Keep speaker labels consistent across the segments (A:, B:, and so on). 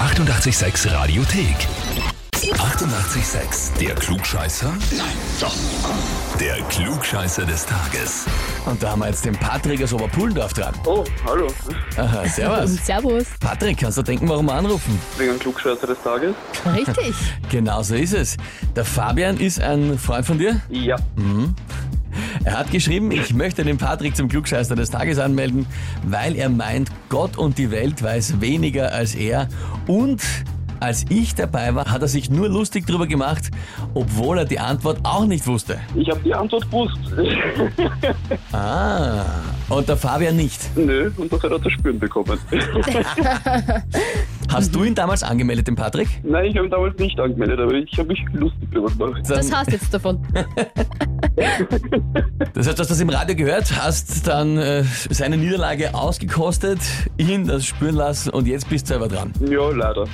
A: 886 Radiothek. 88,6. Der Klugscheißer? Nein, doch. Der Klugscheißer des Tages.
B: Und da haben wir jetzt den Patrick aus Oberpullendorf dran.
C: Oh, hallo.
B: Aha, servus.
D: Servus.
B: Patrick, kannst du denken, warum wir anrufen?
C: Wegen einem Klugscheißer des Tages?
D: Richtig.
B: Genau so ist es. Der Fabian ist ein Freund von dir. Mhm.
C: Ja.
B: Er hat geschrieben, ich möchte den Patrick zum Klugscheißer des Tages anmelden, weil er meint, Gott und die Welt weiß weniger als er. Und als ich dabei war, hat er sich nur lustig drüber gemacht, obwohl er die Antwort auch nicht wusste.
C: Ich habe die Antwort gewusst.
B: Ah, und der Fabian nicht.
C: Nö, und das hat er zu spüren bekommen.
B: Hast du ihn damals angemeldet, den Patrick?
C: Nein, ich habe ihn damals nicht angemeldet, aber ich habe mich lustig drüber gemacht.
B: Dann-
D: Das hast jetzt davon.
B: Das heißt, du hast das im Radio gehört, hast dann äh, seine Niederlage ausgekostet, ihn das spüren lassen und jetzt bist du selber dran.
C: Ja, leider.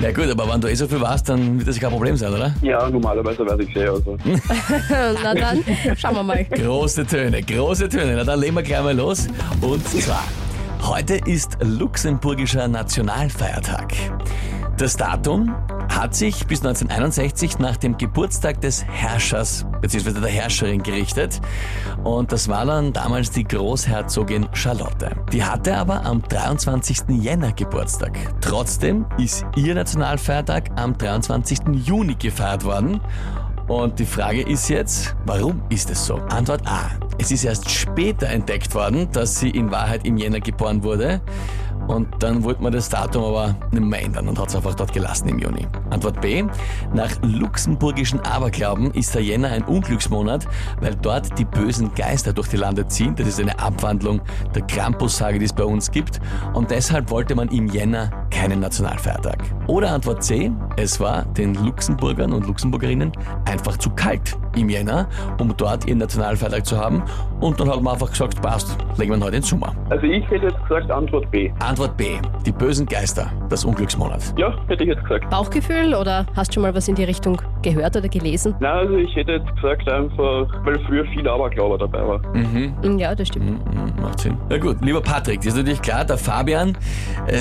B: Na gut, aber wenn du eh so viel warst, dann wird das kein Problem sein, oder?
C: Ja, normalerweise weiß ich eh, also.
D: Na dann, schauen wir mal.
B: Große Töne, große Töne. Na dann legen wir gleich mal los. Und zwar, heute ist luxemburgischer Nationalfeiertag. Das Datum hat sich bis 1961 nach dem Geburtstag des Herrschers bzw. der Herrscherin gerichtet. Und das war dann damals die Großherzogin Charlotte. Die hatte aber am 23. Jänner Geburtstag. Trotzdem ist ihr Nationalfeiertag am 23. Juni gefeiert worden. Und die Frage ist jetzt, warum ist es so? Antwort A. Es ist erst später entdeckt worden, dass sie in Wahrheit im Jänner geboren wurde. Und dann wollte man das Datum aber nicht mehr ändern und hat es einfach dort gelassen im Juni. Antwort B. Nach luxemburgischen Aberglauben ist der Jänner ein Unglücksmonat, weil dort die bösen Geister durch die Lande ziehen. Das ist eine Abwandlung der Krampus-Sage, die es bei uns gibt. Und deshalb wollte man im Jänner keinen Nationalfeiertag. Oder Antwort C. Es war den Luxemburgern und Luxemburgerinnen einfach zu kalt im Jänner, um dort ihren Nationalfeiertag zu haben. Und dann hat man einfach gesagt, passt, legen wir ihn heute in den Sommer.
C: Also ich hätte jetzt gesagt Antwort B.
B: Antwort B. Die bösen Geister. Das Unglücksmonat.
C: Ja, hätte ich jetzt gesagt.
D: Bauchgefühl oder hast schon mal was in die Richtung gehört oder gelesen?
C: Na, also ich hätte jetzt gesagt einfach, weil früher viel Aberglaube dabei war.
B: Mhm.
D: Hm, Ja, das stimmt.
B: Mhm, Macht Sinn. Na gut, lieber Patrick, ist natürlich klar, der Fabian äh,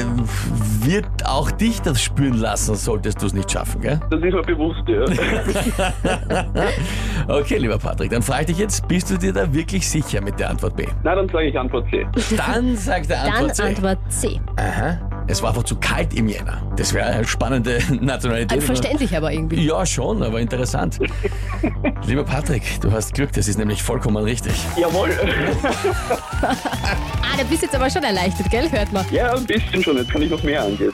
B: wird auch dich das spüren lassen, solltest du es nicht schaffen, gell?
C: Das ist mir bewusst, ja.
B: Okay, lieber Patrick, dann frage ich dich jetzt, bist du dir da wirklich sicher mit der Antwort B?
C: Na, dann sage ich Antwort C.
B: Dann sagt er
D: Dann
B: Antwort C.
D: Antwort C.
B: Aha. Es war einfach zu kalt im Jänner. Das wäre eine spannende Nationalität.
D: Also verständlich aber irgendwie.
B: Ja, schon, aber interessant. Lieber Patrick, du hast Glück, das ist nämlich vollkommen richtig.
C: Jawohl.
D: Ah, da bist jetzt aber schon erleichtert, gell? Hört man.
C: Ja, ein bisschen schon, jetzt kann ich noch mehr angeben.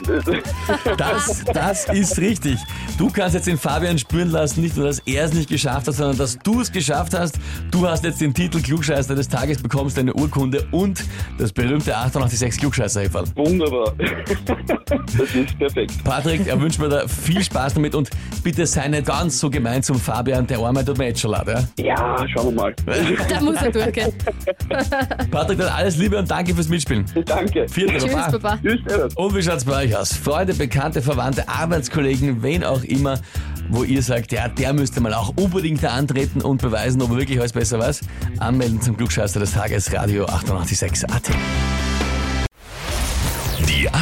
B: Das, das ist richtig. Du kannst jetzt den Fabian spüren lassen, nicht nur, dass er es nicht geschafft hat, sondern dass du es geschafft hast. Du hast jetzt den Titel Klugscheißer des Tages, bekommst deine Urkunde und das berühmte 886 klugscheißer -Häferl.
C: Wunderbar. Das ist perfekt.
B: Patrick, er wünscht mir da viel Spaß damit und bitte sei nicht ganz so gemein zum Fabian, der Arme tut mir jetzt schon leid. Ja?
C: Ja, schauen wir mal.
D: Da muss er durch, gell?
B: Patrick, dann alles Liebe und danke fürs Mitspielen.
C: Danke.
B: Vierte
D: Tschüss,
B: Baba.
D: Papa.
C: Tschüss, Servus.
B: Und wie schaut's bei euch aus? Freunde, Bekannte, Verwandte, Arbeitskollegen, wen auch immer, wo ihr sagt, ja, der müsste mal auch unbedingt da antreten und beweisen, ob er wirklich alles besser weiß. Anmelden zum Glückscheißer des Tages, Radio 886 AT.
A: Die